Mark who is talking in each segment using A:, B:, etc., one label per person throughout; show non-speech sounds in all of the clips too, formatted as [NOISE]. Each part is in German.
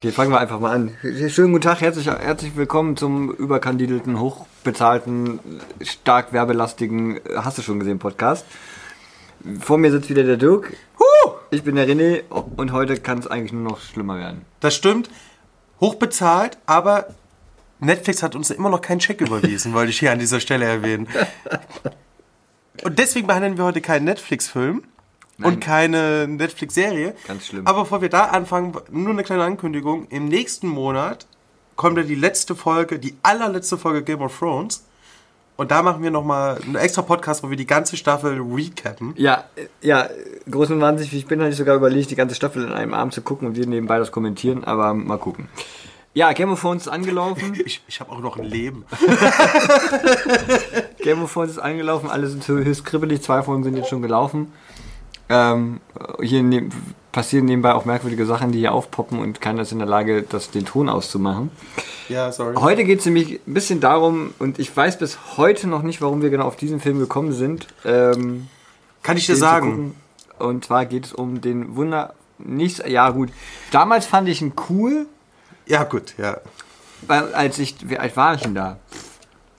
A: Okay, fangen wir einfach mal an. Schönen guten Tag, herzlich, herzlich willkommen zum überkandidelten, hochbezahlten, stark werbelastigen äh, Hast du schon gesehen Podcast. Vor mir sitzt wieder der Dirk. Ich bin der René und heute kann es eigentlich nur noch schlimmer werden.
B: Das stimmt. Hochbezahlt, aber Netflix hat uns immer noch keinen Scheck überwiesen, wollte ich hier an dieser
A: [LAUGHS]
B: Stelle erwähnen. Und deswegen behandeln wir heute keinen Netflix-Film und keine Netflix-Serie.
A: Ganz schlimm.
B: Aber bevor wir da anfangen, nur eine kleine Ankündigung. Im nächsten Monat kommt ja die letzte Folge, die allerletzte Folge Game of Thrones. Und da machen wir nochmal einen extra Podcast, wo wir die ganze Staffel recappen.
A: Ja, äh, ja, äh, großen Wahnsinn, wie ich bin, hatte ich sogar überlegt, die ganze Staffel in einem Abend zu gucken und wir nebenbei das kommentieren, aber mal gucken. Ja, Game of Thrones ist angelaufen.
B: Ich, ich habe auch noch ein Leben.
A: Game of Thrones ist angelaufen, alle sind höchst kribbelig, zwei von uns sind jetzt schon gelaufen. Ähm, hier ne passieren nebenbei auch merkwürdige Sachen, die hier aufpoppen und keiner ist in der Lage, das, den Ton auszumachen.
B: Ja, sorry.
A: Heute geht es nämlich ein bisschen darum, und ich weiß bis heute noch nicht, warum wir genau auf diesen Film gekommen sind. Ähm,
B: Kann ich dir
A: den zu
B: sagen?
A: gucken. Und zwar geht es um den Wunder. Nicht, ja, gut. Damals fand ich ihn cool,
B: Ja, gut, ja.
A: weil als ich. Wie alt war ich denn da?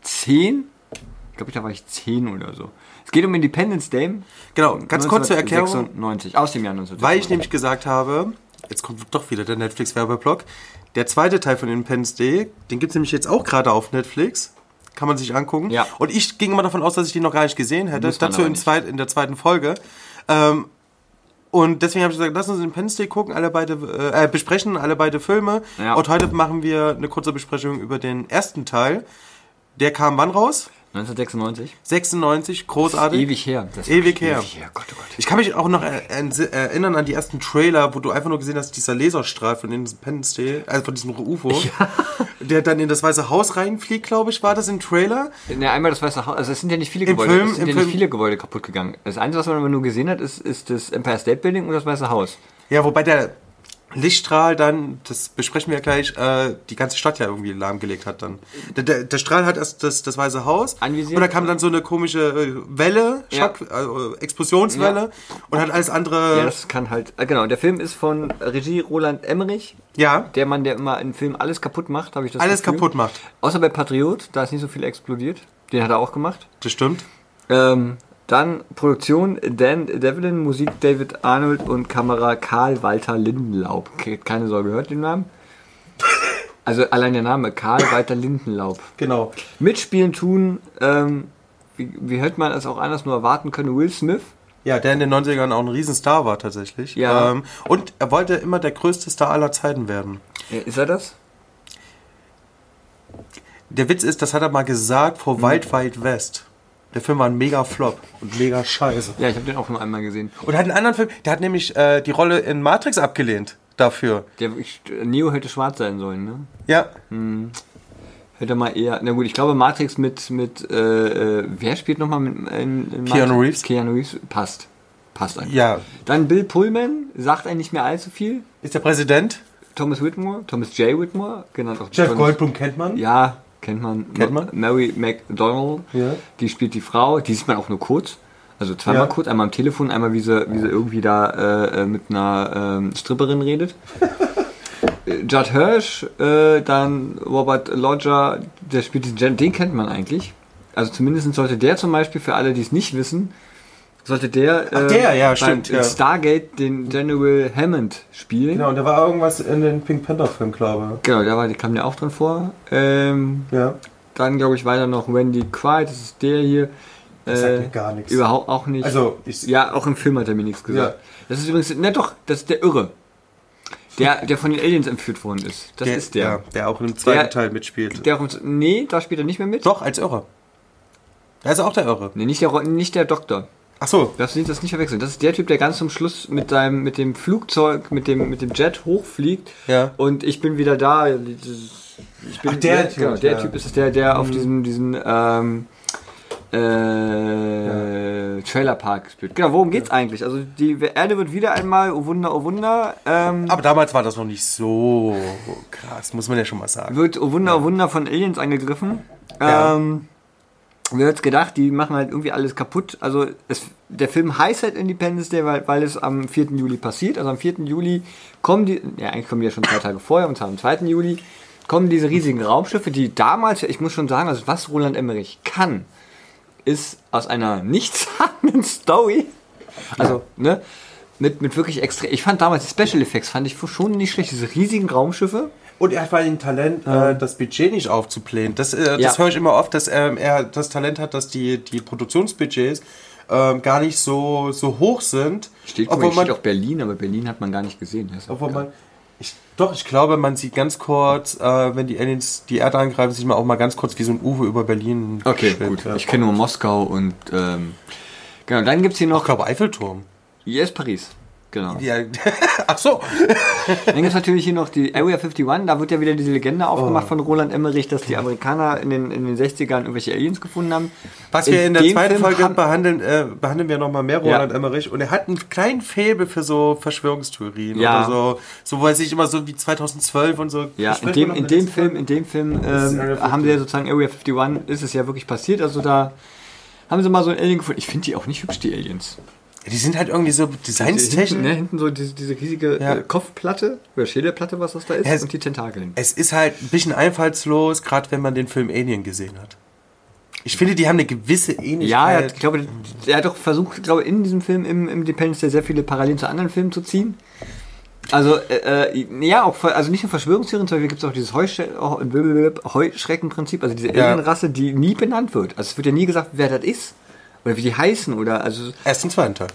A: Zehn? Ich glaube, da war ich zehn oder so. Es geht um Independence Day.
B: Genau, ganz kurz zur Erklärung.
A: 1996, aus dem Jahr 1996.
B: Weil ich nämlich gesagt habe, jetzt kommt doch wieder der Netflix-Werbeblock, der zweite Teil von Independence Day, den gibt es nämlich jetzt auch gerade auf Netflix. Kann man sich angucken.
A: Ja.
B: Und ich ging immer davon aus, dass ich den noch gar nicht gesehen hätte.
A: Muss man
B: Dazu
A: aber
B: in,
A: nicht.
B: zweit, in der zweiten Folge. Ähm, und deswegen habe ich gesagt, lass uns Independence Day gucken, alle beide, äh, äh, besprechen alle beide Filme.
A: Ja.
B: Und heute machen wir eine kurze Besprechung über den ersten Teil. Der kam wann raus?
A: 1996.
B: 96, großartig.
A: Ewig her. Das ist
B: Ewig
A: wirklich
B: her.
A: Ewig her. Gott, oh Gott.
B: Ich kann mich auch noch er- er- erinnern an die ersten Trailer, wo du einfach nur gesehen hast, dieser Laserstrahl von Independence Day, also von diesem UFO, [LAUGHS] der dann in das Weiße Haus reinfliegt, glaube ich, war das im Trailer.
A: Ne, einmal das Weiße Haus. Also es sind ja nicht viele
B: Im
A: Gebäude.
B: Film-
A: es sind
B: im
A: ja nicht
B: Film-
A: viele Gebäude kaputt gegangen. Das Einzige, was man immer nur gesehen hat, ist, ist das Empire State Building und das Weiße Haus.
B: Ja, wobei der Lichtstrahl dann, das besprechen wir ja gleich, äh, die ganze Stadt ja irgendwie lahmgelegt hat dann. Der, der, der Strahl hat erst das, das Weiße Haus
A: Anvisiert.
B: und da kam dann so eine komische äh, Welle,
A: Ja.
B: Schock, also Explosionswelle und hat alles andere...
A: Ja, das kann halt. ah, Genau, der Film ist von Regie Roland Emmerich.
B: ja.
A: Der Mann, der immer in Filmen alles kaputt macht, habe ich das
B: Alles
A: Gefühl.
B: kaputt macht.
A: Außer bei Patriot, da ist nicht so viel explodiert. Den hat er auch gemacht.
B: Das stimmt.
A: Ähm, dann Produktion Dan Devlin, Musik David Arnold und Kamera Karl Walter Lindenlaub. Ke- Keine Sorge, hört den Namen? Also allein der Name, Karl Walter Lindenlaub.
B: Genau.
A: Mitspielen tun, ähm, wie, wie hört man es auch anders nur erwarten können, Will Smith.
B: Ja, der in den 90ern auch ein Riesenstar war tatsächlich.
A: Ja.
B: Ähm, und er wollte immer der größte Star aller Zeiten werden.
A: Äh, Ist er das?
B: Der Witz ist, das hat er mal gesagt vor Wild Wild West. Der Film war ein mega Flop und mega scheiße.
A: Ja, ich habe den auch nur einmal gesehen.
B: Und er hat einen anderen Film, der hat nämlich äh, die Rolle in Matrix abgelehnt dafür.
A: Der, ich, Neo hätte schwarz sein sollen, ne?
B: Ja,
A: Hätte mal eher. Na gut, ich glaube Matrix mit mit äh, äh, wer spielt nochmal mit äh, in, in
B: Keanu
A: Matrix?
B: Reeves.
A: Keanu Reeves passt. Passt einfach.
B: ja.
A: Dann Bill Pullman sagt einem nicht mehr allzu viel.
B: Ist der Präsident?
A: Thomas Whitmore, Thomas J. Whitmore, genannt auch
B: Jeff
A: Thomas-
B: Goldblum kennt man.
A: Ja, kennt man.
B: Kennt man?
A: Mary McDonald,
B: Ja.
A: die spielt die Frau, die sieht man auch nur kurz. Also zweimal
B: Ja.
A: kurz, einmal am Telefon, einmal wie sie, wie sie irgendwie da äh, äh, mit einer ähm, Stripperin
B: [LAUGHS]
A: redet. Äh, Judd Hirsch, äh, dann Robert Lodger, der spielt diesen Jen, den kennt man eigentlich. Also zumindest sollte der zum Beispiel, für alle, die es nicht wissen, sollte der, äh,
B: der, ja,
A: beim
B: stimmt, ja.
A: Stargate den General Hammond spielen.
B: Genau, und da war irgendwas in den Pink Panther Film, glaube
A: Genau, da war, die kam der auch drin vor. Ähm,
B: ich. Ja.
A: dann glaube ich weiter noch Wendy Quiet, das ist der hier. Äh,
B: Das sagt mir gar nichts.
A: Überhaupt auch nicht.
B: Also, ich-
A: ja, auch im Film hat er mir nichts gesagt.
B: Ja.
A: Das ist übrigens, na doch, das ist der Irre. Der, der von den Aliens entführt worden ist. Das ist der.
B: Ja, der auch in dem zweiten
A: Der-
B: Teil mitspielt.
A: Der kommt, nee, da spielt er nicht mehr mit.
B: Doch, als Irre. Er ist auch der Irre.
A: Nee, nicht der, Ro- nicht der Doktor.
B: Ach so.
A: Darfst du das nicht verwechseln? Das ist der Typ, der ganz zum Schluss mit seinem, mit dem Flugzeug, mit dem, mit dem Jet hochfliegt.
B: Ja.
A: Und ich bin wieder da. dieses- Ich bin,
B: Ach, der
A: ja,
B: Typ,
A: Genau, der
B: ja. Mhm.
A: Typ ist es, der, der auf diesem, diesen, ähm, äh, Trailerpark spielt. Genau, worum geht's eigentlich? Also die Erde wird wieder einmal, oh Wunder, oh Wunder, ähm,
B: Aber damals war das noch nicht so krass, muss man ja schon mal sagen.
A: wird oh Wunder, oh Wunder von Aliens angegriffen.
B: Ja.
A: Ähm, wir haben jetzt gedacht, die machen halt irgendwie alles kaputt. Also es, der Film heißt halt Independence Day, weil, weil es am 4. Juli passiert. Also am 4. Juli kommen die, ja eigentlich kommen die ja schon zwei Tage vorher, und zwar am 2. Juli, kommen diese riesigen Raumschiffe, die damals, ich muss schon sagen, also was Roland Emmerich kann, ist aus einer nichtssagenden Story, also ne, mit, mit wirklich extrem, ich fand damals die Special Effects, fand ich schon nicht schlecht, diese riesigen Raumschiffe,
B: Und er hat vor allem Talent, äh, das Budget nicht aufzuplänen. Das, äh, das
A: Ja.
B: höre ich immer oft, dass ähm, er das Talent hat, dass die, die Produktionsbudgets ähm, gar nicht so, so hoch sind.
A: Steht, guck mal,
B: obwohl
A: hier steht
B: man,
A: auch Berlin, aber Berlin hat man gar nicht gesehen. Das ist auch
B: obwohl
A: geil.
B: man ich, Doch, ich glaube, man sieht ganz kurz, äh, wenn die Aliens die Erde angreifen, sieht man auch mal ganz kurz, wie so ein Uwe über Berlin
A: okay,
B: schwebt,
A: gut.
B: Ja.
A: Ich kenne nur Moskau und ähm, genau, dann gibt es hier
B: Ich
A: noch
B: glaube, Eiffelturm.
A: Yes Paris. Genau.
B: Ja. [LAUGHS] Ach so.
A: Dann gibt es natürlich hier noch die Area 51, da wird ja wieder diese Legende aufgemacht
B: Oh.
A: von Roland Emmerich, dass die Amerikaner in den, in den 60ern irgendwelche Aliens gefunden haben.
B: Was wir in der
A: dem
B: zweiten
A: Film
B: Folge
A: haben-
B: behandeln, äh, behandeln wir nochmal mehr
A: Ja.
B: Roland Emmerich und er hat einen kleinen Faible für so Verschwörungstheorien
A: Ja.
B: oder so. So weiß ich immer so wie 2012 und so.
A: Ja, in
B: Besprechen
A: dem,
B: wir
A: in
B: noch
A: dem
B: mal
A: Film, in dem Film
B: ist Area
A: ähm,
B: 51.
A: haben sie ja sozusagen Area 51, ist es ja wirklich passiert. Also da haben sie mal so einen Alien gefunden. Ich finde die auch nicht hübsch, die Aliens.
B: Die sind halt irgendwie so
A: Hinten, ne,
B: designstechnisch.
A: hinten so diese, diese riesige
B: Ja.
A: äh, Kopfplatte oder Schädelplatte, was das da ist,
B: Ja, es-
A: und die Tentakeln.
B: Es ist halt ein bisschen einfallslos, gerade wenn man den Film Alien gesehen hat. Ich finde, die haben eine gewisse
A: Ja, er hat,
B: Ähnlichkeit.
A: ich glaube, er hat doch versucht, glaube in diesem Film im, im Dependence Day sehr viele Parallelen zu anderen Filmen zu ziehen. Also, äh, äh, ja, auch, ver- also nicht nur Verschwörungstheorien, zum Beispiel gibt es auch dieses oh, Heusche Heu- blablabla- Heuschreckenprinzip, also diese
B: Ja.
A: Alienrasse, die nie benannt wird. Also es wird ja nie gesagt, wer das ist oder wie die heißen oder, also
B: Erst und zweiten Teil.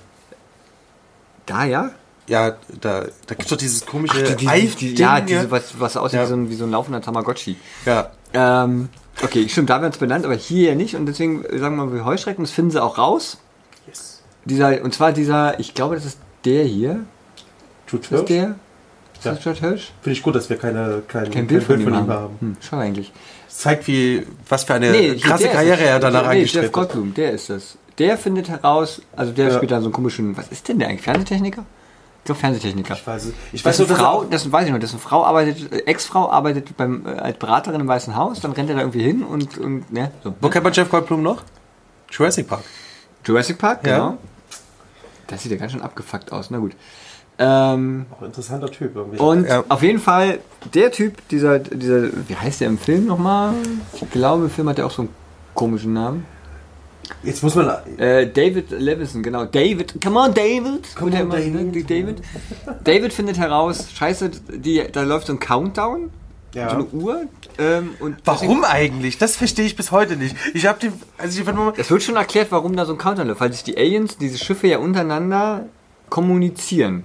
A: da ja.
B: Ja, da, da gibt's doch dieses komische
A: Die- die-
B: Ei-
A: die,
B: Ding,
A: ja, diese, was, was aussieht
B: Ja.
A: wie, so ein, wie so ein laufender Tamagotchi.
B: ja.
A: Ähm, okay, stimmt, da haben wir uns benannt, aber hier ja nicht. Und deswegen sagen wir mal, wir Heuschrecken, das finden sie auch raus.
B: Yes.
A: Dieser, und zwar dieser, ich glaube, das ist der hier.
B: Tut
A: Ist das
B: Finde
A: der? Ist
B: Ja.
A: das George Hirsch?
B: ich gut, dass wir keine, kein,
A: Kein Bild von ihm haben. Hm, schau eigentlich.
B: zeigt, wie, was für eine
A: ich-
B: krasse
A: der ist
B: Karriere
A: es.
B: er danach
A: Nee, Jeff
B: angestrebt hat.
A: Goldblum, der ist das. Der findet heraus, also der
B: Ja.
A: spielt dann so einen komischen, was ist denn der eigentlich? Fernsehtechniker? Ich glaube Fernsehtechniker.
B: Ich weiß, es- ich weiß
A: Das
B: nur,
A: ist eine
B: dass
A: Frau,
B: er,
A: das weiß ich noch, das ist eine Frau arbeitet, äh, Ex-Frau arbeitet beim, äh, als Beraterin im Weißen Haus, dann rennt er da irgendwie hin und, und ne, so.
B: Wo kennt man Jeff Goldblum noch? Jurassic Park.
A: Jurassic Park,
B: Ja.
A: genau. Das sieht ja ganz schön abgefuckt aus, na gut. Ähm,
B: Auch interessanter Typ irgendwie.
A: Und
B: Ja.
A: auf jeden Fall, der Typ, dieser, dieser, wie heißt der im Film nochmal? Ich glaube, im Film hat er auch so einen komischen Namen.
B: Jetzt muss man.
A: Äh, David Levison, genau. David, come on, David!
B: Come
A: Wird er
B: on,
A: ne?
B: David.
A: David. David findet heraus, scheiße, die, da läuft so ein Countdown,
B: Ja.
A: so eine Uhr. Ähm, und deswegen-
B: Warum eigentlich? Das verstehe ich bis heute nicht. Ich habe den. Also ich fand
A: Es wird schon erklärt, warum da so ein Countdown läuft, weil sich die Aliens, diese Schiffe ja untereinander kommunizieren.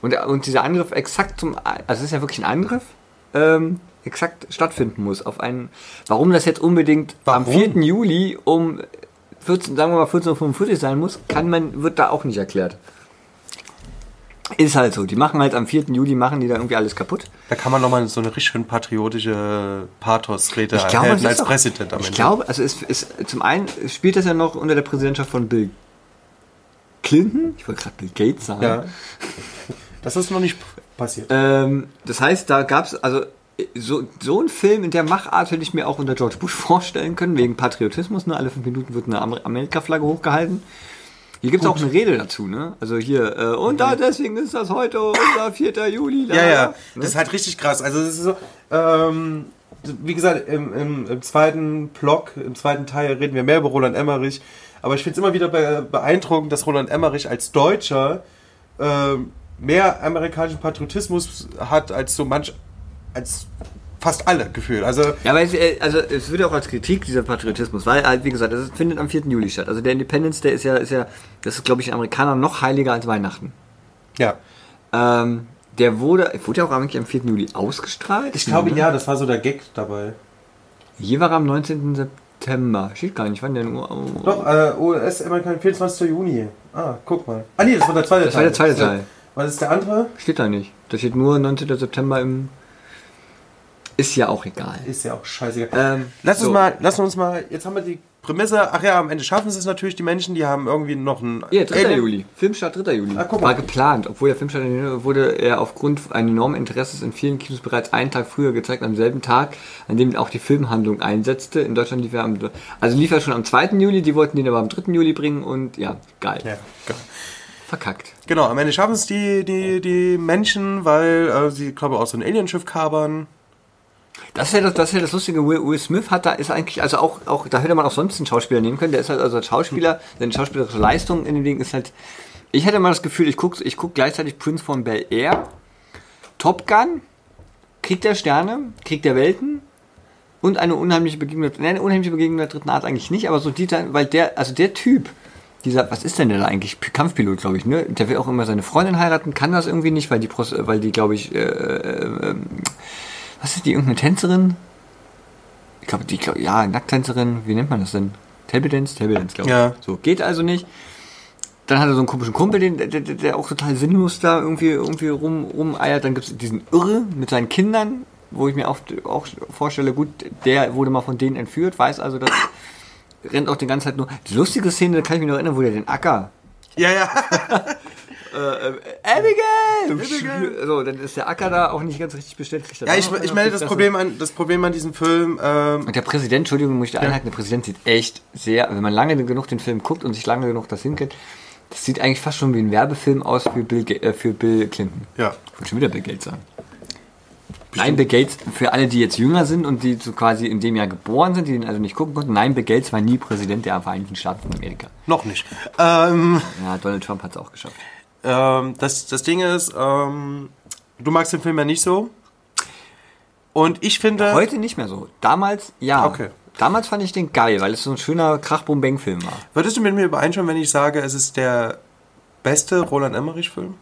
A: Und, äh, und dieser Angriff exakt zum, also es ist ja wirklich ein Angriff, ähm, exakt stattfinden muss auf einen, warum das jetzt unbedingt am
B: Warum?
A: 4. Juli um 14, sagen wir mal 14.45 Uhr sein muss, kann man, wird da auch nicht erklärt. Ist halt so, die machen halt am 4. Juli, machen die da irgendwie alles kaputt.
B: Da kann man nochmal so eine richtig schön patriotische Pathos-Rede
A: Ich glaube, es
B: halten
A: ist
B: äh, als
A: auch-
B: Präsident am
A: Ich
B: Ende.
A: glaube, also es ist zum einen spielt das ja noch unter der Präsidentschaft von Bill Clinton. Ich wollte gerade Bill Gates sagen.
B: ja. Das ist noch nicht passiert.
A: Ähm, das heißt, da gab es also so, so einen Film in der Machart hätte ich mir auch unter George Bush [LAUGHS] vorstellen können, wegen Patriotismus. Ne? Alle fünf Minuten wird eine Amer Amerika-Flagge hochgehalten. Hier gibt es auch eine Rede dazu, ne? Also hier, äh, und da, deswegen ist das heute unser 4. Juli. Ne? la,
B: Mhm. Ja,
A: la, la.
B: ja. Das ist halt richtig krass. Also das ist so. Ähm, wie gesagt, im, im, im zweiten Block, im zweiten Teil reden wir mehr über Roland Emmerich. Aber ich finde es immer wieder be beeindruckend, dass Roland Emmerich als Deutscher ähm, mehr amerikanischen Patriotismus hat als so manch als fast alle gefühlt. Also
A: Ja, aber es, äh, also, es wird ja auch als Kritik dieser Patriotismus, weil halt, wie gesagt, das findet am 4. Juli statt. Also der Independence Day ist ja, ist ja das ist, glaube ich, den Amerikanern noch heiliger als Weihnachten.
B: ja.
A: Ähm, der wurde, wurde ja auch eigentlich am 4. Juli ausgestrahlt.
B: Ich glaube ja, das war so der Gag dabei.
A: Hier war er am 19. September. Steht gar nicht, wann denn? Oh, oh.
B: Doch, äh, US-Amerikaner 24. Juni. Ah, guck mal. Ah nee, das war der zweite
A: Das war
B: Teil.
A: der zweite Teil.
B: Was ist der andere?
A: Steht da nicht. Da steht nur 19. September im... Ist ja auch egal.
B: Ist ja auch scheißegal.
A: Ähm,
B: lass,
A: so.
B: uns mal, lass uns mal, jetzt haben wir die Prämisse, ach ja, am Ende schaffen sie es natürlich, die Menschen, die haben irgendwie noch einen.
A: Ja, 3.
B: Alien-
A: Juli. Filmstart 3. Juli.
B: Ah, guck mal.
A: War geplant, obwohl der Filmstart wurde er aufgrund eines enormen Interesses in vielen Kinos bereits einen Tag früher gezeigt, am selben Tag, an dem auch die Filmhandlung einsetzte. In Deutschland lief er am, also lief er schon am 2. Juli, die wollten ihn aber am 3. Juli bringen und ja, geil.
B: Ja, geil.
A: Verkackt.
B: Genau, am Ende schaffen es die, die, die Menschen, weil äh, sie, glaube ich, auch so ein Alienschiff kabern.
A: Das ist ja das, das, ist ja das Lustige. Will, Will Smith hat da, ist eigentlich, also auch, auch, da hätte man auch sonst einen Schauspieler nehmen können. Der ist halt also als Schauspieler, seine schauspielerische Leistung in dem Ding ist halt, ich hätte mal das Gefühl, ich gucke ich guck gleichzeitig Prince von Bel Air, Top Gun, Krieg der Sterne, Krieg der Welten und eine unheimliche Begegnung, nein, eine unheimliche Begegnung der dritten Art eigentlich nicht, aber so die, da- weil der, also der Typ, dieser, was ist denn der da eigentlich? P- Kampfpilot, glaube ich, ne? Der will auch immer seine Freundin heiraten, kann das irgendwie nicht, weil die, Prost- weil die, glaube ich, äh, äh, ähm, was ist die, irgendeine Tänzerin? Ich glaube, die, glaub, ja, Nackttänzerin, wie nennt man das denn? Table Dance, Table Dance, glaube ich.
B: Ja.
A: So, geht also nicht. Dann hat er so einen komischen Kumpel, den, der, der, der auch total sinnlos da irgendwie, irgendwie rum, rumeiert. Dann gibt es diesen Irre mit seinen Kindern, wo ich mir auch, auch vorstelle, gut, der wurde mal von denen entführt, weiß also,
B: [COUGHS]
A: dass rennt auch die ganze Zeit nur. Die lustige Szene, da kann ich mich noch erinnern, wo der den Acker.
B: Ja, ja.
A: [LAUGHS] Abigail! So, dann ist der Acker da auch nicht ganz richtig bestellt. Kriegt er
B: Ja,
A: da
B: ich,
A: noch
B: ich
A: einen
B: meine,
A: auf die
B: das
A: Fresse.
B: Problem an, das Problem an diesem Film, ähm,
A: Und der Präsident, Entschuldigung, muss ich da einhaken, der Präsident sieht echt sehr, wenn man lange genug den Film guckt und sich lange genug das hinkennt, das sieht eigentlich fast schon wie ein Werbefilm aus für Bill, Ga- äh, für Bill Clinton.
B: ja.
A: Ich wollte schon wieder Bill Gates sagen. Nein, Bill Gates, für alle, die jetzt jünger sind und die so quasi in dem Jahr geboren sind, die den also nicht gucken konnten, nein, Bill Gates war nie Präsident der Vereinigten Staaten von Amerika.
B: Noch nicht. Ähm,
A: Ja, Donald Trump hat es auch geschafft.
B: ähm, das, das Ding ist, ähm, du magst den Film ja nicht so. Und ich finde.
A: Heute nicht mehr so. Damals, ja.
B: Okay.
A: Damals fand ich den geil, weil es so ein schöner Krach-Bum-Beng-Film war.
B: Würdest du mit mir übereinstimmen, wenn ich sage, es ist der beste Roland Emmerich-Film?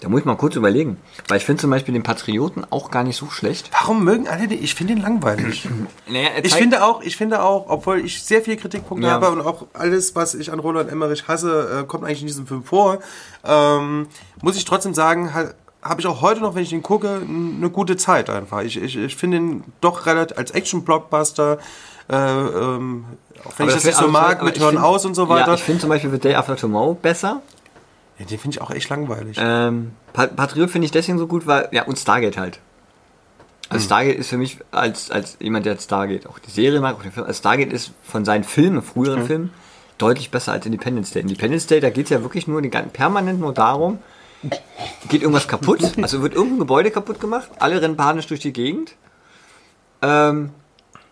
A: Da muss ich mal kurz überlegen. Weil ich finde zum Beispiel den Patrioten auch gar nicht so schlecht.
B: Warum mögen alle den? Ich finde
A: [CLEARS THROAT]
B: ihn langweilig.
A: Naja, er
B: Ich
A: zeigt-
B: finde auch, ich finde auch, obwohl ich sehr viele Kritikpunkte
A: Ja.
B: habe und auch alles, was ich an Roland Emmerich hasse, äh, kommt eigentlich in diesem Film vor. Ähm, muss ich trotzdem sagen, ha, habe ich auch heute noch, wenn ich den gucke, n- eine gute Zeit einfach. Ich, ich, ich finde ihn doch relativ als Action-Blockbuster, äh, ähm, auch wenn
A: aber
B: ich das nicht so
A: aber
B: mag,
A: aber
B: mit
A: ich
B: Turn
A: find-
B: aus und so weiter.
A: Ja, ich finde zum Beispiel The Day After Tomorrow besser.
B: Ja, den finde ich auch echt langweilig.
A: Ähm, Pa- Patriot finde ich deswegen so gut, weil, ja, und Stargate halt. Also Stargate ist für mich, als, als jemand, der Stargate auch die Serie mag, auch den Film, also Stargate ist von seinen Filmen, früheren Filmen, deutlich besser als Independence Day. Independence Day, da geht es ja wirklich nur den ganzen, permanent nur darum, geht irgendwas kaputt, also wird irgendein Gebäude kaputt gemacht, alle rennen panisch durch die Gegend. Ähm,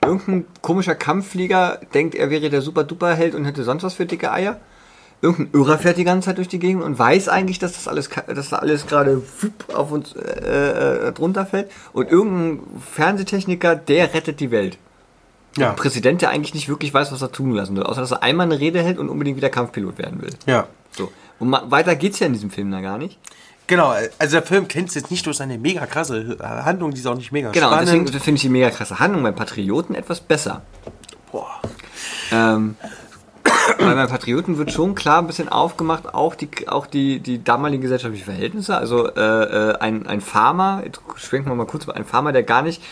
A: irgendein komischer Kampfflieger denkt, er wäre der Super-Duper-Held und hätte sonst was für dicke Eier. Irgendein Irrer fährt die ganze Zeit durch die Gegend und weiß eigentlich, dass das alles, ka- dass da alles gerade wupp auf uns äh, äh, drunter fällt. Und irgendein Fernsehtechniker, der rettet die Welt.
B: ja.
A: Ein Präsident, der eigentlich nicht wirklich weiß, was er tun lassen soll, außer dass er einmal eine Rede hält und unbedingt wieder Kampfpilot werden will.
B: ja.
A: So. Und ma- weiter geht's ja in diesem Film da gar nicht.
B: Genau, also der Film glänzt jetzt nicht durch seine mega krasse Handlung, die ist auch nicht mega
A: Genau, und
B: spannend.
A: deswegen finde ich die mega krasse Handlung bei Patrioten etwas besser.
B: Boah.
A: Ähm, weil bei Patrioten wird schon klar ein bisschen aufgemacht, auch die, auch die, die damaligen gesellschaftlichen Verhältnisse. Also äh, äh, ein, ein Farmer, jetzt schwenken wir mal kurz, ein Farmer, der gar nicht,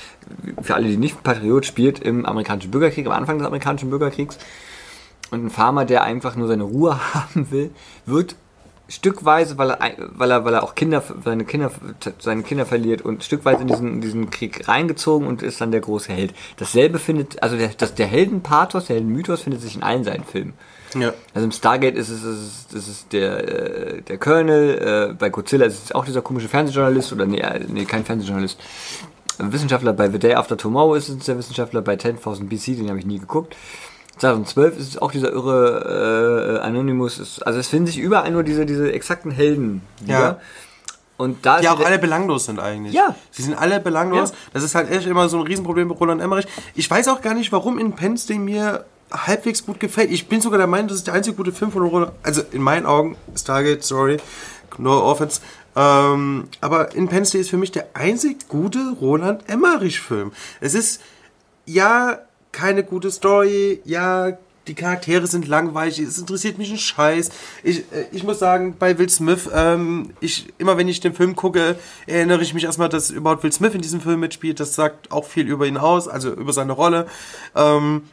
A: für alle, die nicht Patriot spielt, im amerikanischen Bürgerkrieg, am Anfang des amerikanischen Bürgerkriegs, und ein Farmer, der einfach nur seine Ruhe [LAUGHS] haben will, wird stückweise, weil er, ein- weil er, weil er auch Kinder, seine Kinder, seine Kinder verliert und stückweise in diesen, in diesen Krieg reingezogen und ist dann der große Held. Dasselbe findet, also der, das, der Heldenpathos, der Heldenmythos findet sich in allen seinen Filmen.
B: Ja.
A: Also im Stargate ist es, ist es, ist es der, äh, der Colonel, äh, bei Godzilla ist es auch dieser komische Fernsehjournalist oder nee, äh, nee kein Fernsehjournalist. Ein Wissenschaftler bei The Day After Tomorrow ist es der Wissenschaftler bei 10.000 BC, den habe ich nie geguckt. 2012 ist es auch dieser irre äh, Anonymous. Ist, also es finden sich überall nur diese, diese exakten Helden wieder.
B: Ja.
A: Und da ist
B: Die
A: ja
B: auch
A: der-
B: alle belanglos sind eigentlich.
A: Ja.
B: Sie sind alle belanglos.
A: Ja.
B: Das ist halt echt immer so ein Riesenproblem bei Roland Emmerich. Ich weiß auch gar nicht, warum in Pence den mir halbwegs gut gefällt. Ich bin sogar der Meinung, das ist der einzige gute Film von Roland. Also in meinen Augen, Stargate, sorry, no offense. Ähm, aber in Penn State ist für mich der einzig gute Roland Emmerich-Film. Es ist ja keine gute Story, ja die Charaktere sind langweilig, es interessiert mich ein Scheiß. Ich, äh, ich muss sagen, bei Will Smith, ähm, ich, immer wenn ich den Film gucke, erinnere ich mich erstmal, dass überhaupt Will Smith in diesem Film mitspielt. Das sagt auch viel über ihn aus, also über seine Rolle. Ähm,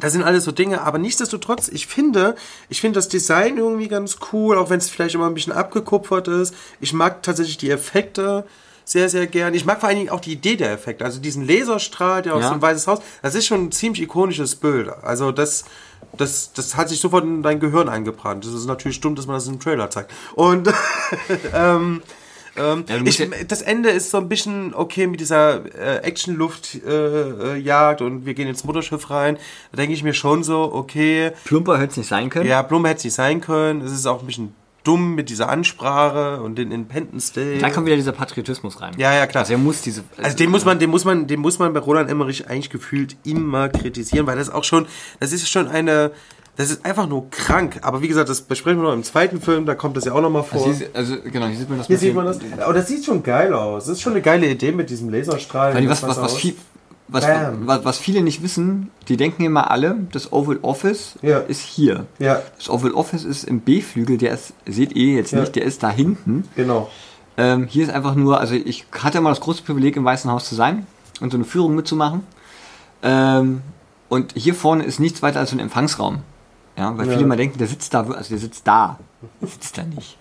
B: das sind alles so Dinge, aber nichtsdestotrotz, ich finde, ich finde das Design irgendwie ganz cool, auch wenn es vielleicht immer ein bisschen abgekupfert ist. Ich mag tatsächlich die Effekte sehr, sehr gern. Ich mag vor allen Dingen auch die Idee der Effekte, also diesen Laserstrahl, der aus
A: Ja.
B: dem Weißes Haus, das ist schon ein ziemlich ikonisches Bild. Also das, das, das hat sich sofort in dein Gehirn eingebrannt. Das ist natürlich dumm, dass man das im Trailer zeigt. Und [LAUGHS]
A: Ja, du musst
B: ich,
A: ja,
B: das Ende ist so ein bisschen okay mit dieser äh, Action-Luftjagd äh, Jagd und wir gehen ins Mutterschiff rein. Da denke ich mir schon so, okay,
A: plumper hätte es nicht sein können.
B: ja, Blume hätte es nicht sein können. Es ist auch ein bisschen dumm mit dieser Ansprache und den Independence Day.
A: Da kommt wieder dieser Patriotismus rein.
B: ja, ja, klar.
A: Also er muss diese.
B: Also den muss man, den muss man, den muss man bei Roland Emmerich eigentlich gefühlt immer kritisieren, weil das auch schon, das ist schon eine, das ist einfach nur krank. Aber wie gesagt, das besprechen wir noch im zweiten Film, da kommt das ja auch nochmal vor.
A: Also, hier- also genau, hier sieht man das.
B: Hier
A: mit
B: sieht
A: dem-
B: man das. Aber das sieht schon geil aus. Das ist schon eine geile Idee mit diesem Laserstrahl.
A: Vor allem,
B: das
A: was, was, was,
B: aus.
A: viel, was,
B: Bam.
A: was, was viele nicht wissen, die denken immer alle, das Oval Office
B: Ja.
A: ist hier.
B: Ja,
A: Das Oval Office ist im B-Flügel, der ist, seht ihr jetzt
B: Ja.
A: nicht, der ist da hinten.
B: genau.
A: Ähm, hier ist einfach nur, also ich hatte mal das große Privileg, im Weißen Haus zu sein und so eine Führung mitzumachen. Ähm, und hier vorne ist nichts weiter als so ein Empfangsraum. Ja, weil
B: Ja.
A: viele mal denken, der sitzt da, wir- also der sitzt da. Der sitzt da nicht.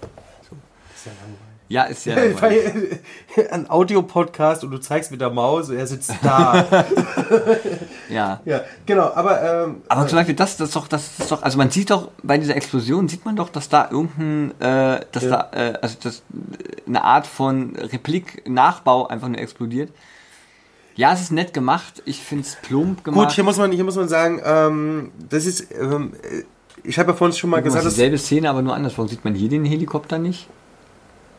A: Ja, ist ja. langweilig.
B: [LAUGHS] Weil, äh, Ein Audiopodcast und du zeigst mit der Maus, und er sitzt [LAUGHS] da.
A: ja.
B: ja, genau, aber ähm,
A: Aber zum Beispiel das, das ist doch, das ist doch, also man sieht doch bei dieser Explosion sieht man doch, dass da irgendein, äh, dass
B: Ja.
A: da, äh, also das eine Art von Replik Nachbau einfach nur explodiert. Ja, es ist nett gemacht. Ich finde es plump gemacht.
B: gut, hier muss man, hier muss man sagen, ähm, das ist, ähm, äh, ich habe ja vorhin schon mal
A: Guck mal,
B: gesagt,
A: es ist
B: dass,
A: dieselbe Szene, aber nur anders. Warum sieht man hier den Helikopter nicht?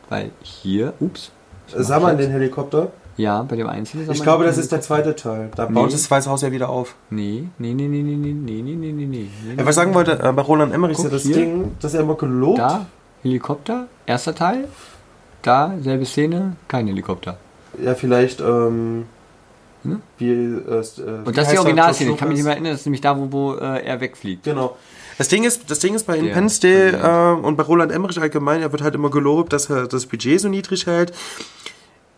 A: Weil hier, ups. was
B: sah
A: mach
B: man
A: ich
B: den
A: jetzt?
B: Helikopter?
A: Ja, bei dem einzelnen. sah
B: Ich
A: man
B: glaube,
A: den
B: das ist der zweite Teil. Da
A: Nee.
B: baut das Weiße Haus ja wieder auf.
A: Nee, nee, nee, nee, nee, nee, nee, nee, nee, nee, nee, nee.
B: Ja, was ich sagen wollte, äh, bei Roland Emmerich ist ja
A: Guck
B: das
A: hier.
B: Ding, dass er immer gelobt.
A: Da, Helikopter, erster Teil. Da, selbe Szene, kein Helikopter.
B: Ja, vielleicht, ähm,
A: Hm?
B: wie, äh, st- äh,
A: Und
B: wie
A: das ist die
B: heißt er?
A: Originalszene. Ich
B: George
A: kann mich nicht
B: Lucas?
A: mehr erinnern, das ist nämlich da, wo, wo äh, er wegfliegt.
B: Genau. Das Ding ist, das Ding ist bei
A: Der
B: Independence Day
A: Präsident.
B: ähm, und bei Roland Emmerich allgemein, er wird halt immer gelobt, dass er das Budget so niedrig hält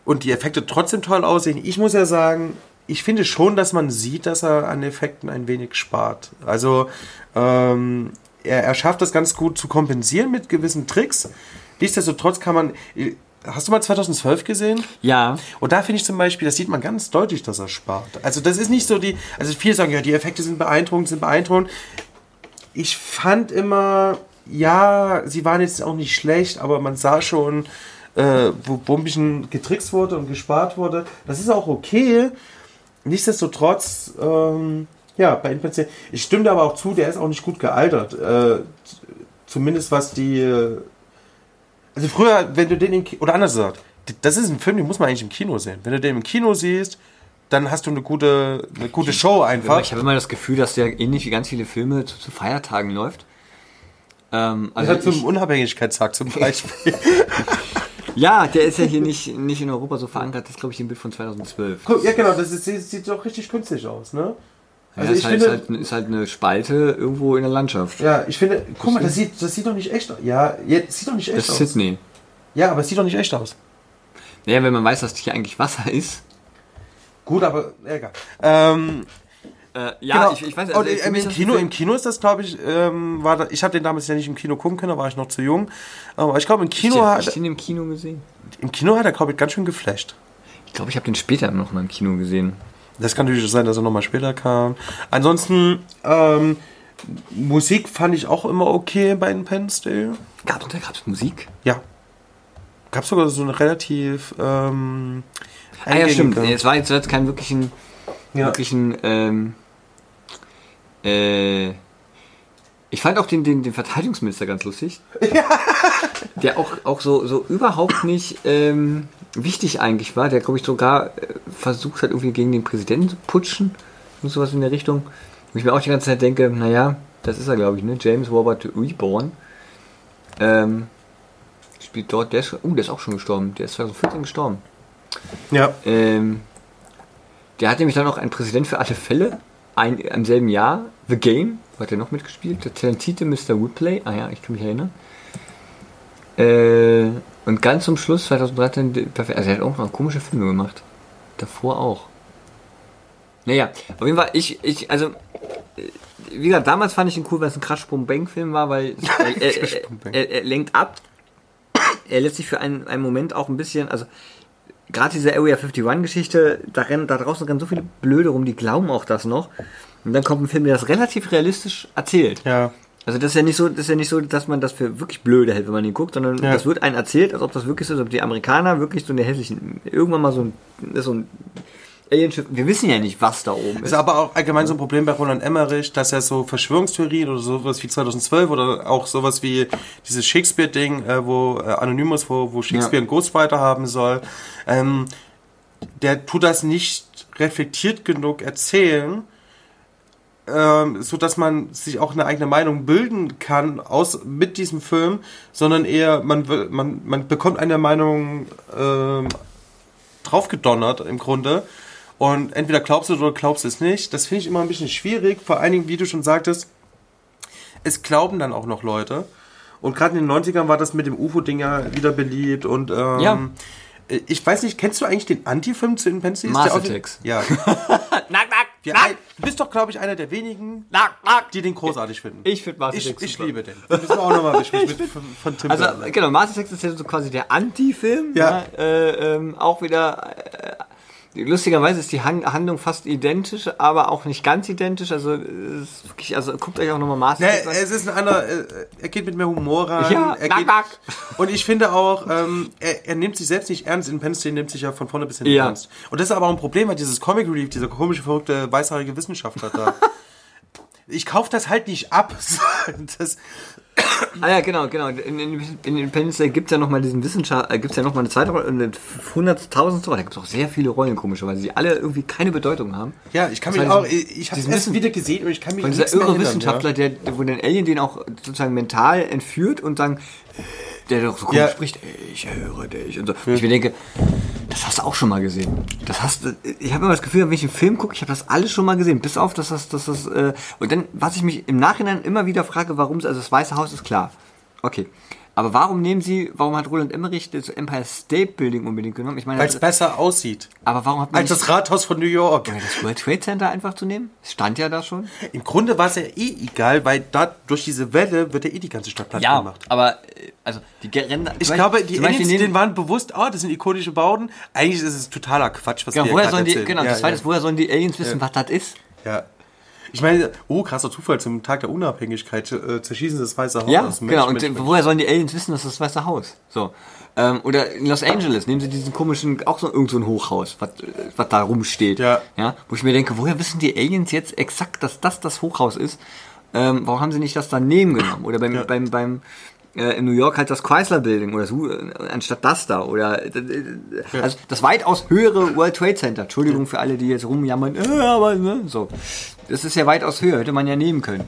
B: und die Effekte trotzdem toll aussehen. Ich muss ja sagen, ich finde schon, dass man sieht, dass er an Effekten ein wenig spart. Also ähm, er, er schafft das ganz gut zu kompensieren mit gewissen Tricks. Nichtsdestotrotz kann man. Hast du mal 2012 gesehen?
A: Ja.
B: Und da finde ich zum Beispiel, das sieht man ganz deutlich, dass er spart. Also das ist nicht so die, also viele sagen, ja, die Effekte sind beeindruckend, sind beeindruckend. Ich fand immer, ja, sie waren jetzt auch nicht schlecht, aber man sah schon, äh, wo, wo ein bisschen getrickst wurde und gespart wurde. Das ist auch okay. Nichtsdestotrotz, ähm, ja, bei NPC. Ich stimme dir aber auch zu, der ist auch nicht gut gealtert. Äh, z- zumindest was die. äh, Also früher, wenn du den im Ki- oder anders gesagt, d- das ist ein Film, den muss man eigentlich im Kino sehen. Wenn du den im Kino siehst, dann hast du eine gute, eine gute Show
A: Aber
B: einfach.
A: ich habe immer das Gefühl, dass der ähnlich wie ganz viele Filme zu, zu Feiertagen läuft. Ähm,
B: Das
A: also
B: hat
A: ich-
B: zum
A: [LAUGHS]
B: Unabhängigkeitstag zum Beispiel.
A: Ja, der ist ja hier nicht, nicht in Europa so verankert. Das ist, glaube ich, ein Bild von 2012.
B: Guck, ja, genau, das ist, sieht, sieht doch richtig künstlich aus, ne? Also
A: ja, ist,
B: ich
A: halt,
B: finde,
A: ist, halt, ist halt eine Spalte irgendwo in der Landschaft.
B: ja, ich finde, guck mal, das sieht, das sieht doch nicht echt aus. Ja, jetzt sieht doch nicht
A: Das
B: echt
A: ist
B: aus.
A: Sydney.
B: Ja, aber es sieht doch nicht echt aus.
A: Naja, wenn man weiß, dass hier eigentlich Wasser ist.
B: Gut, aber egal. Ähm,
A: Äh,
B: genau.
A: ja, ich, ich weiß also
B: Und,
A: für mich
B: ähm, im,
A: ist das
B: Kino,
A: ein
B: Im Kino ist das, glaube ich, ähm, war da, ich habe den damals ja nicht im Kino gucken können, da war ich noch zu jung. Aber ich glaube, im
A: Film-
B: Kino
A: Hab ich
B: hat,
A: den im Kino gesehen?
B: im Kino hat er, glaube ich, ganz schön geflasht.
A: Ich glaube, ich habe den später noch mal im Kino gesehen.
B: Das kann natürlich sein, dass er nochmal später kam. Ansonsten, ähm, Musik fand ich auch immer okay bei Independence Day.
A: Gab's, da gab's Musik?
B: Ja. Gab sogar so eine relativ. Ähm,
A: Ah ja, stimmt.
B: eingängige-
A: Es war jetzt, jetzt kein wirklichen,
B: Ja.
A: wirklichen, ähm, äh, ich fand auch den, den, den Verteidigungsminister ganz lustig. Der auch, auch so, so überhaupt nicht ähm, wichtig eigentlich war. Der, glaube ich, sogar äh, versucht hat, irgendwie gegen den Präsidenten zu putschen. Und sowas in der Richtung. Wo ich mir auch die ganze Zeit denke, naja, das ist er, glaube ich, ne? James Robert Reborn. Ähm, spielt dort, der ist, oh, der ist auch schon gestorben. Der ist 2014 gestorben.
B: Ja.
A: Ähm, der hat nämlich dann auch einen Präsident für alle Fälle ein, im selben Jahr The Game, wo hat er noch mitgespielt? Der talentierte Mr. Woodplay, ah ja, ich kann mich erinnern. Äh, und ganz zum Schluss, 2013, die- perfekt, also er hat auch noch komische Filme gemacht. Davor auch. Naja, auf jeden Fall, ich, ich, also, äh, wie gesagt, damals fand ich ihn cool, weil es ein Crash-Bang-Film war, weil, weil er, er, er, er lenkt ab, er lässt sich für einen, einen Moment auch ein bisschen, also gerade diese Area 51-Geschichte, da, rennen, da draußen rennen so viele Blöde rum, die glauben auch das noch. Und dann kommt ein Film, der das relativ realistisch erzählt.
B: Ja.
A: Also das ist ja nicht so, das ist ja nicht so, dass man das für wirklich blöde hält, wenn man ihn guckt, sondern
B: Ja.
A: das wird einem erzählt, als ob das wirklich so ist, als ob die Amerikaner wirklich so eine hässlichen, irgendwann mal so ein, so ein Alienschiff. Wir wissen ja nicht, was da oben
B: Ist
A: ist.
B: aber auch allgemein so ein Problem bei Roland Emmerich, dass er so Verschwörungstheorien oder sowas wie 2012 oder auch sowas wie dieses Shakespeare-Ding, äh, wo äh, Anonymous, wo, wo Shakespeare
A: Ja.
B: einen Ghostwriter haben soll, ähm, der tut das nicht reflektiert genug erzählen, ähm, so dass man sich auch eine eigene Meinung bilden kann aus mit diesem Film, sondern eher man will- man man bekommt eine Meinung ähm, draufgedonnert im Grunde und entweder glaubst du es oder glaubst du es nicht. Das finde ich immer ein bisschen schwierig, vor allen Dingen wie du schon sagtest, es glauben dann auch noch Leute. Und gerade in den 90ern war das mit dem UFO-Ding ja wieder beliebt und ähm,
A: Ja.
B: ich weiß nicht, kennst du eigentlich den Anti-Film zu Impensi?
A: Mars
B: Ist der
A: Attacks.
B: auch- Ja.
A: Nack, nack,
B: Wir ein, du bist doch, glaube ich, einer der wenigen,
A: nack, nack.
B: die den großartig finden.
A: Ich finde Mars
B: ich,
A: Attacks
B: ich
A: super.
B: liebe den. Das müssen wir auch nochmal besprechen mit, von, von Tim
A: Also
B: Burton.
A: genau, Mars Attacks ist ja so quasi der Anti-Film.
B: Ja.
A: ne? Äh, ähm, auch wieder. Äh, lustigerweise ist die Han Handlung fast identisch, aber auch nicht ganz identisch. Also, es ist wirklich, also guckt euch auch nochmal Mars
B: Ne,
A: Attacks an.
B: es ist ein anderer, äh, er geht mit mehr Humor ran.
A: Ja,
B: er
A: nack,
B: geht,
A: nack.
B: Und ich finde auch, ähm, er, er nimmt sich selbst nicht ernst. In Penn State nimmt sich ja von vorne bis hinten
A: Ja.
B: ernst. Und das ist aber auch ein Problem, weil dieses Comic Relief, dieser komische, verrückte, weißhaarige Wissenschaftler da.
A: [LAUGHS]
B: ich kaufe das halt nicht ab. [LAUGHS] Das,
A: Ah ja, genau, genau. In, in, in Independence Day gibt es ja nochmal diesen Wissenschaft, äh, gibt's ja noch mal eine Zeitrolle, eine hunderttausendste Rolle. Da gibt es auch sehr viele Rollen, komischerweise, die alle irgendwie keine Bedeutung haben.
B: ja, ich kann mich
A: Das heißt,
B: auch, ich, ich habe es
A: diesen
B: erst
A: Wissen-
B: wieder gesehen und ich kann mich
A: Von
B: an
A: dieser
B: nichts mehr
A: irre
B: erinnern,
A: Wissenschaftler, der, der, wo den Alien den auch sozusagen mental entführt und dann, der doch so komisch
B: Ja.
A: spricht, ich höre dich und so. Und ich mir denke, das hast du auch schon mal gesehen. Das hast, du- ich habe immer das Gefühl, wenn ich einen Film gucke, ich habe das alles schon mal gesehen, bis auf, dass das, dass das, äh, und dann, was ich mich im Nachhinein immer wieder frage, warum, also das Weiße Haus ist klar, okay. Aber warum nehmen Sie, warum hat Roland Emmerich das Empire State Building unbedingt genommen? Ich meine,
B: Weil es besser aussieht.
A: aber warum hat man
B: Als
A: nicht
B: das Rathaus von New York.
A: das World Trade Center einfach zu nehmen? Es stand ja da schon.
B: Im Grunde war es ja eh egal, weil da durch diese Welle wird ja eh die ganze Stadt platt
A: Ja,
B: gemacht.
A: aber äh, also die Ge- Ränder.
B: Ich glaube, die Aliens, denen waren bewusst, oh, das sind ikonische Bauten. Eigentlich ist es totaler Quatsch, was
A: genau,
B: die
A: woher
B: ja
A: sollen
B: gerade
A: die,
B: erzählen.
A: genau,
B: ja,
A: das war das, woher sollen die Aliens wissen, was das ist?
B: ja, ja. Ich meine, oh, krasser Zufall, zum Tag der Unabhängigkeit äh, zerschießen sie das Weiße Haus.
A: Ja,
B: Mensch,
A: genau. Und
B: Mensch,
A: äh,
B: Mensch.
A: woher sollen die Aliens wissen, dass das das Weiße Haus? So. Ähm, oder in Los Angeles nehmen sie diesen komischen, auch so irgend so ein Hochhaus, was äh, was da rumsteht.
B: Ja.
A: ja. Wo ich mir denke, woher wissen die Aliens jetzt exakt, dass das das Hochhaus ist? Ähm, warum haben sie nicht das daneben genommen? Oder beim, beim, beim äh, in New York halt das Chrysler Building oder so, äh, anstatt das da. Oder äh, äh, also das weitaus höhere World Trade Center. Entschuldigung für alle, die jetzt rumjammern, äh, aber ne? so. Das ist ja weitaus höher, hätte man ja nehmen können.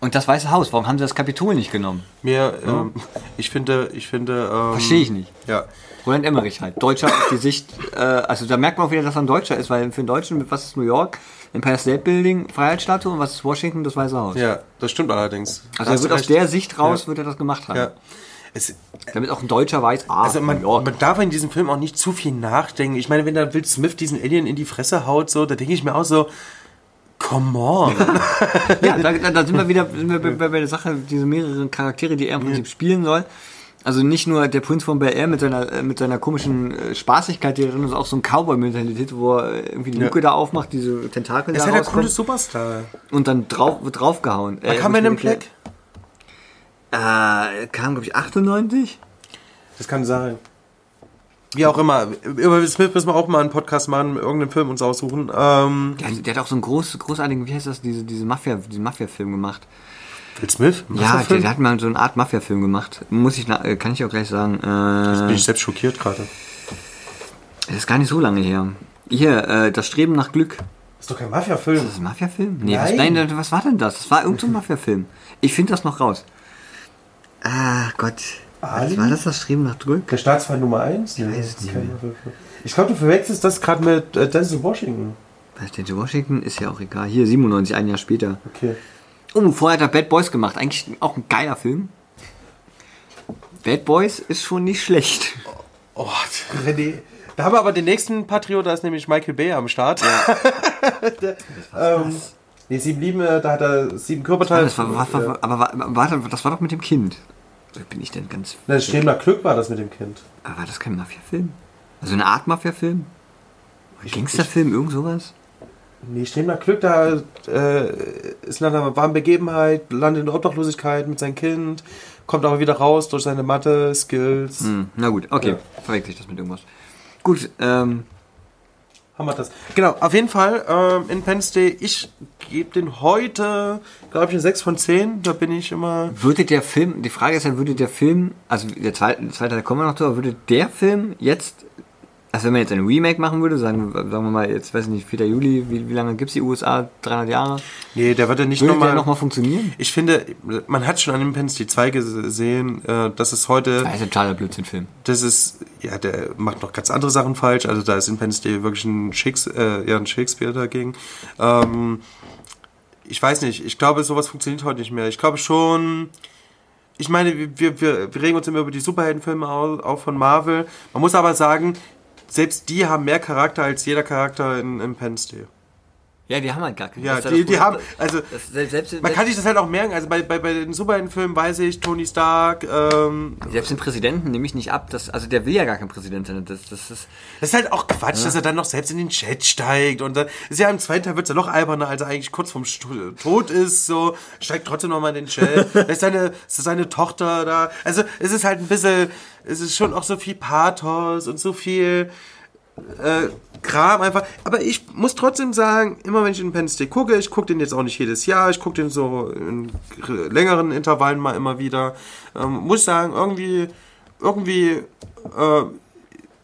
A: Und das Weiße Haus, warum haben sie das Kapitol nicht genommen?
B: Mir, ähm, ich finde, ich finde, ähm,
A: Verstehe Hm? ich nicht.
B: Ja.
A: Roland Emmerich halt. Deutscher auf die Sicht, äh, also da merkt man auch wieder, dass er ein Deutscher ist, weil für einen Deutschen, was ist New York? Empire State Building, Freiheitsstatue und was ist Washington? Das Weiße Haus.
B: ja, das stimmt allerdings.
A: Also er
B: Hast
A: wird
B: du
A: aus
B: recht.
A: der Sicht raus, wird er das gemacht haben.
B: Ja. Es,
A: Damit auch ein Deutscher weiß, ah,
B: Also man,
A: New York.
B: man darf in diesem Film auch nicht zu viel nachdenken. Ich meine, wenn da Will Smith diesen Alien in die Fresse haut, so, da denke ich mir auch so, come [LAUGHS] on. halt
A: ja, da, da, da sind wir wieder sind wir bei, bei, bei der Sache, diese mehreren Charaktere, die er im Prinzip spielen soll. Also nicht nur der Prinz von Bel Air mit seiner, äh, mit seiner komischen äh, Spaßigkeit, die er drin ist, auch so ein Cowboy-Mentalität, wo er äh, irgendwie die Luke da aufmacht, diese Tentakel
B: Das
A: da
B: ist ja der
A: rauskommen
B: coole Superstar.
A: und dann drauf, wird draufgehauen. Äh, hab
B: Kam
A: ich
B: er in
A: mir
B: den
A: erklärt.
B: Black?
A: Äh, kam, glaube ich, 98?
B: Das kann sein. Wie auch immer. Über Will Smith müssen wir auch mal einen Podcast machen, irgendeinen Film uns aussuchen. Ähm,
A: Der, hat- der hat auch so einen groß, großartigen, wie heißt das, diese, diese Mafia, diesen Mafia-Film gemacht.
B: Will Smith?
A: Ja, der,
B: Masterfilm?
A: der hat mal so eine Art Mafia-Film gemacht. Muss ich, na- äh, kann ich auch gleich sagen. Äh,
B: Bin ich selbst schockiert gerade.
A: das ist gar nicht so lange her. Hier, äh, das Streben nach Glück.
B: Ist doch kein Mafia-Film.
A: Das ist ein Mafia-Film? Nee, Was,
B: Nein.
A: nein, was war denn das? Das war irgendein so ein Mafia-Film. Ich finde das noch raus. Ah, Gott.
B: Ali?
A: Was war das, das Streben nach Glück?
B: Der Staatsfeind Nummer 1?
A: weiß es nicht mehr.
B: Ich glaube, du verwechselst das gerade mit äh, Denzel Washington.
A: Bei Denzel Washington ist ja auch egal. Hier, 97, ein Jahr später.
B: Okay.
A: Oh, vorher hat er Bad Boys gemacht. Eigentlich auch ein geiler Film. Bad Boys ist schon nicht schlecht.
B: Oh, René. Da haben wir aber den nächsten Patriot, da ist nämlich Michael Bay am Start. Ja. [LAUGHS] ähm, nee, sieben Lieben, äh, da hat er sieben Körperteile.
A: Das war, war, war, aber war, warte, das war doch mit dem Kind. Oder Bin ich denn ganz.
B: Nein, Streber Glück war das mit dem Kind.
A: Aber war das kein Mafia-Film? Also eine Art Mafia-Film? Oder Gangsterfilm, irgend sowas?
B: Nee, Streber Glück, da äh, ist leider war in Begebenheit, landet in Obdachlosigkeit mit seinem Kind, kommt aber wieder raus durch seine Mathe-Skills.
A: Hm, na gut, okay. Verwechsel ich das mit irgendwas. Gut, ähm,
B: Haben wir das. Genau, auf jeden Fall ähm, in Penn State, ich gebe den heute, glaube ich, eine 6 von 10. Da bin ich immer.
A: würde der Film, die Frage ist ja, würde der Film, also der zweite, der zweite Teil kommen wir noch zu, aber würde der Film jetzt, also wenn man jetzt ein Remake machen würde, sagen, wir- sagen wir mal, jetzt weiß ich nicht, 4. Juli, wie, wie lange gibt es die USA? 300 Jahre?
B: Nee, der wird ja nicht
A: Würde
B: nochmal.
A: der nochmal funktionieren?
B: ich finde, man hat schon an dem Penn State 2 gesehen, äh, dass es heute.
A: Das ist ein totaler Blödsinn-Film.
B: das ist, ja, der macht noch ganz andere Sachen falsch. Also da ist in Penn State wirklich ein, Shakes äh, ja, ein Shakespeare dagegen. Ähm, ich weiß nicht, ich glaube, sowas funktioniert heute nicht mehr. Ich glaube schon, ich meine, wir- wir, wir, wir regen uns immer über die Superheldenfilme au- auf von Marvel. Man muss aber sagen, selbst die haben mehr Charakter als jeder Charakter in, in Penn State.
A: Ja, die haben halt gar keinen.
B: Ja,
A: Das ist
B: die,
A: das
B: die haben,
A: Problem.
B: also
A: Das, selbst, selbst,
B: man kann sich das halt auch merken. Also bei, bei, bei den Superheldenfilmen weiß ich, Tony Stark, ähm,
A: selbst den Präsidenten nehme ich nicht ab. Dass, also der will ja gar kein Präsident sein. Das, das ist,
B: Das ist halt auch Quatsch, dass er dann noch selbst in den Chat steigt und dann ist ja im zweiten Teil wird's ja noch alberner, als er eigentlich kurz vorm Stu- äh, Tod ist, so, steigt trotzdem nochmal in den Chat, lässt seine, seine Tochter da, also es ist halt ein bisschen, es ist schon auch so viel Pathos und so viel, äh, Kram einfach, aber ich muss trotzdem sagen, immer wenn ich den Penn State gucke, ich gucke den jetzt auch nicht jedes Jahr, ich gucke den so in gr- längeren Intervallen mal immer wieder, ähm, muss sagen, irgendwie, irgendwie, äh,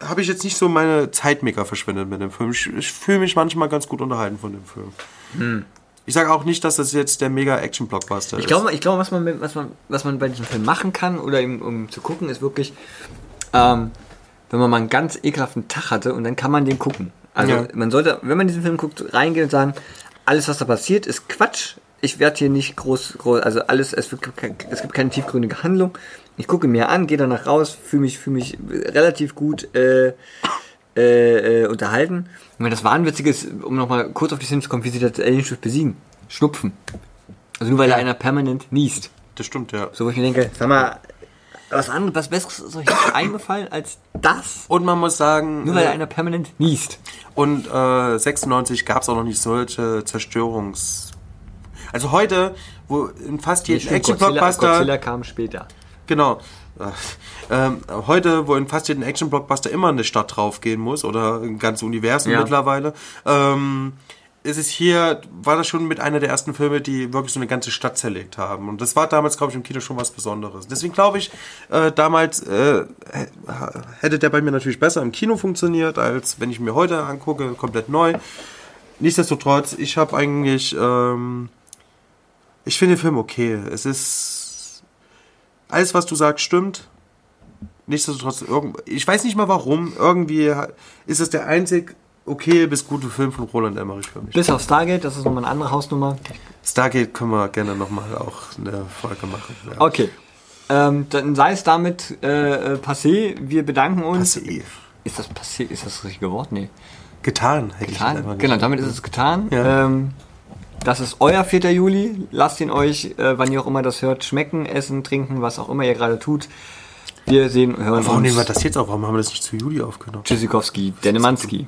B: habe ich jetzt nicht so meine Zeit mega verschwendet mit dem Film. Ich, ich fühle mich manchmal ganz gut unterhalten von dem Film. Ich sage auch nicht, dass das jetzt der mega Action-Blockbuster
A: Hm.
B: ist.
A: Ich glaube, ich glaube was, man, mit- was, man, was man bei diesem Film machen kann oder eben, um zu gucken, ist wirklich, ähm, wenn man mal einen ganz ekelhaften Tag hatte und dann kann man den gucken. Also
B: Ja.
A: man sollte, wenn man diesen Film guckt, reingehen und sagen, alles was da passiert ist Quatsch. Ich werde hier nicht groß, groß, also alles, es, wird, ke- es gibt keine tiefgründige Handlung. Ich gucke mir an, gehe danach raus, fühle mich, fühle mich relativ gut äh, äh, äh, unterhalten. Und wenn das Wahnwitzige ist, um nochmal kurz auf die Sims zu kommen, wie sie das Alienschiff besiegen. Schnupfen. Also nur weil da einer permanent niest.
B: das stimmt, ja.
A: So, wo ich mir denke, sag mal, was anderes, was Besseres ist euch nicht eingefallen als das?
B: Und man muss sagen,
A: Nur weil
B: äh,
A: da einer permanent niest.
B: und äh, 96 gab es auch noch nicht solche Zerstörungs... Also heute, wo in fast jedem
A: Godzilla,
B: Action-Blockbuster...
A: Godzilla kam später.
B: Genau. Ähm, heute, wo in fast jedem Action-Blockbuster immer eine Stadt draufgehen muss oder ein ganzes Universum
A: Ja.
B: mittlerweile, ähm, ist es hier, war das schon mit einer der ersten Filme, die wirklich so eine ganze Stadt zerlegt haben. Und das war damals, glaube ich, im Kino schon was Besonderes. Deswegen glaube ich, äh, damals äh, h- hätte der bei mir natürlich besser im Kino funktioniert, als wenn ich mir heute angucke, komplett neu. Nichtsdestotrotz, ich habe eigentlich, ähm, ich finde den Film okay. Es ist alles, was du sagst, stimmt. Nichtsdestotrotz, irgend, ich weiß nicht mal warum, irgendwie ha- ist es der einzig okay bis gute Film von Roland Emmerich für mich.
A: Bis auf Stargate, das ist nochmal eine andere Hausnummer.
B: Stargate können wir gerne nochmal auch eine Folge machen. Ja.
A: Okay. Ähm, dann sei es damit äh, äh, passé. Wir bedanken uns.
B: Passé.
A: Ist das passé? Ist das das richtige Wort? Nee.
B: Getan, hätte ich einfach
A: Getan.
B: nicht.
A: Genau, damit ist es getan.
B: Ja.
A: Ähm, das ist euer 4. Juli. Lasst ihn euch, äh, wann ihr auch immer das hört, schmecken, essen, trinken, was auch immer ihr gerade tut. Wir sehen, hören
B: Warum
A: uns.
B: nehmen wir das jetzt auf? Warum haben wir das nicht zu Juli aufgenommen?
A: Tschüssikowski, Dänemanski.